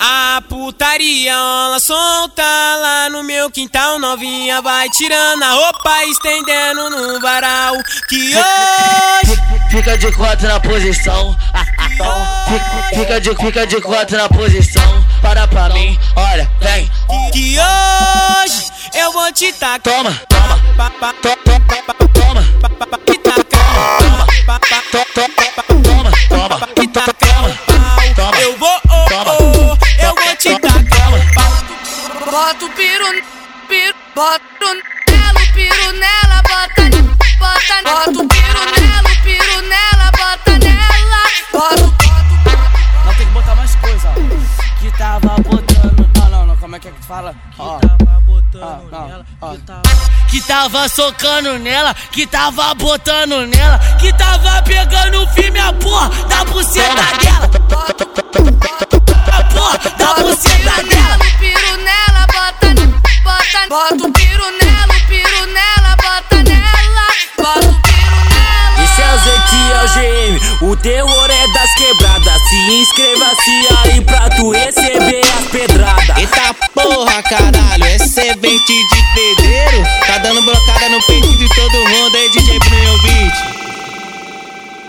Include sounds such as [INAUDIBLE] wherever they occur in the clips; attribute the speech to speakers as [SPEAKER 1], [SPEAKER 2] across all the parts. [SPEAKER 1] A putaria ela solta lá no meu quintal Novinha vai tirando a roupa, estendendo no varal Que hoje,
[SPEAKER 2] Fica de quatro na posição. Fica de, fica de quatro na posição. Para pra mim, olha, vem,
[SPEAKER 1] que hoje eu vou te tacar
[SPEAKER 2] toma,
[SPEAKER 1] Pa- pa-
[SPEAKER 2] to- to- to- toma,
[SPEAKER 1] pa- pa- pa- te tacar. Pa- pa-
[SPEAKER 2] to- to- toma, toma,
[SPEAKER 1] te
[SPEAKER 2] to-
[SPEAKER 1] tacar no pau.
[SPEAKER 2] Toma.
[SPEAKER 1] Eu vou, oh,
[SPEAKER 2] Toma.
[SPEAKER 1] oh, eu vou te
[SPEAKER 2] Toma.
[SPEAKER 1] tacar no pau.
[SPEAKER 3] Bota o piru, piru, bota o nela, o piru nela, bota, bota, bota o piru nela, o piru nela, bota nela, bota, bota,
[SPEAKER 4] Não tem que botar mais coisa, ó. Que tava botando. Ah, não, não, como é que é que tu fala? Ó.
[SPEAKER 5] tava botando
[SPEAKER 4] Ah, não,
[SPEAKER 5] nela,
[SPEAKER 4] ah.
[SPEAKER 5] que tava
[SPEAKER 4] Que tava socando nela, que tava botando nela, que tava pegando o filme a porra da buceta dela. A porra da buceta dela.
[SPEAKER 3] o piru nela, bota, bota, bota o piru nela, o piru nela, bota nela, bota o piru nela.
[SPEAKER 6] Isso é o Zequiel GM, o terror é das quebradas. Se inscreva-se aí pra tu receber as pedradas.
[SPEAKER 1] Eita porra, caralho, é servente de pedreiro. Tá dando blocada no peito de todo mundo, aí DJ Bruno Beat.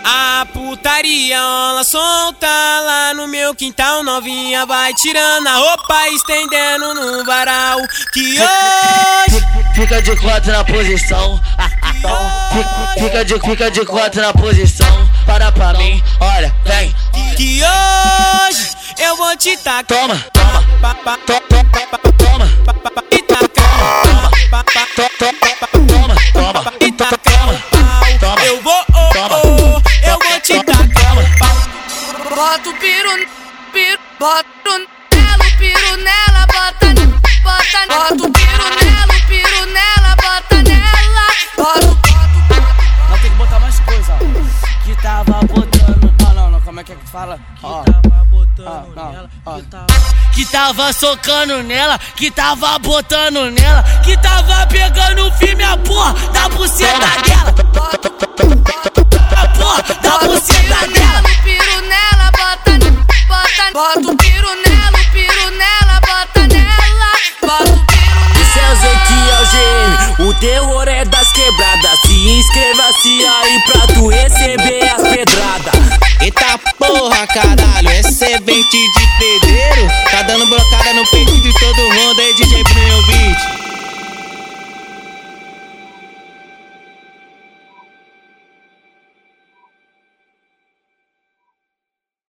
[SPEAKER 1] A putaria ela solta lá no meu quintal. Novinha vai tirando a roupa, estendendo no varal. [LAUGHS] Que hoje,
[SPEAKER 2] fica de quatro na posição. Fica de, fica de quatro na posição. Para pra mim, olha, vem,
[SPEAKER 1] que hoje eu vou te tacar.
[SPEAKER 2] toma,
[SPEAKER 1] Pa- pa-
[SPEAKER 2] to- to- toma,
[SPEAKER 1] pa- pa- pa- te tacar. Pa- pa-
[SPEAKER 2] to- to- toma, toma,
[SPEAKER 1] te tacar no pau.
[SPEAKER 2] Toma.
[SPEAKER 1] Eu vou, oh,
[SPEAKER 2] Toma.
[SPEAKER 1] oh, eu vou te tacar no pau.
[SPEAKER 3] Bota o piru, piru, bota o nela, o piru nela, bota, bota, bota o piru nela, o piru nela, bota nela, bota, bota,
[SPEAKER 4] Não tem que botar mais coisa, ó. Que tava botando. Ah, não, não, como é que é que tu fala? Ó.
[SPEAKER 5] tava
[SPEAKER 4] Ah,
[SPEAKER 5] botando
[SPEAKER 4] não,
[SPEAKER 5] nela,
[SPEAKER 4] ah.
[SPEAKER 5] que tava
[SPEAKER 4] Que tava socando nela, que tava botando nela, que tava pegando o filme a porra da buceta dela. A porra da
[SPEAKER 3] bota o
[SPEAKER 4] buceta dela.
[SPEAKER 3] piru nela, o piru nela, bota, bota, bota o piru nela, o piru nela, bota nela, bota um o piru
[SPEAKER 6] Isso é o
[SPEAKER 3] nela.
[SPEAKER 6] Zequiel GM, o terror é das quebradas. Se inscreva-se aí pra tu receber as pedradas.
[SPEAKER 1] Eita porra, caralho, é servente de pedreiro. Tá dando blocada no peito de todo mundo, aí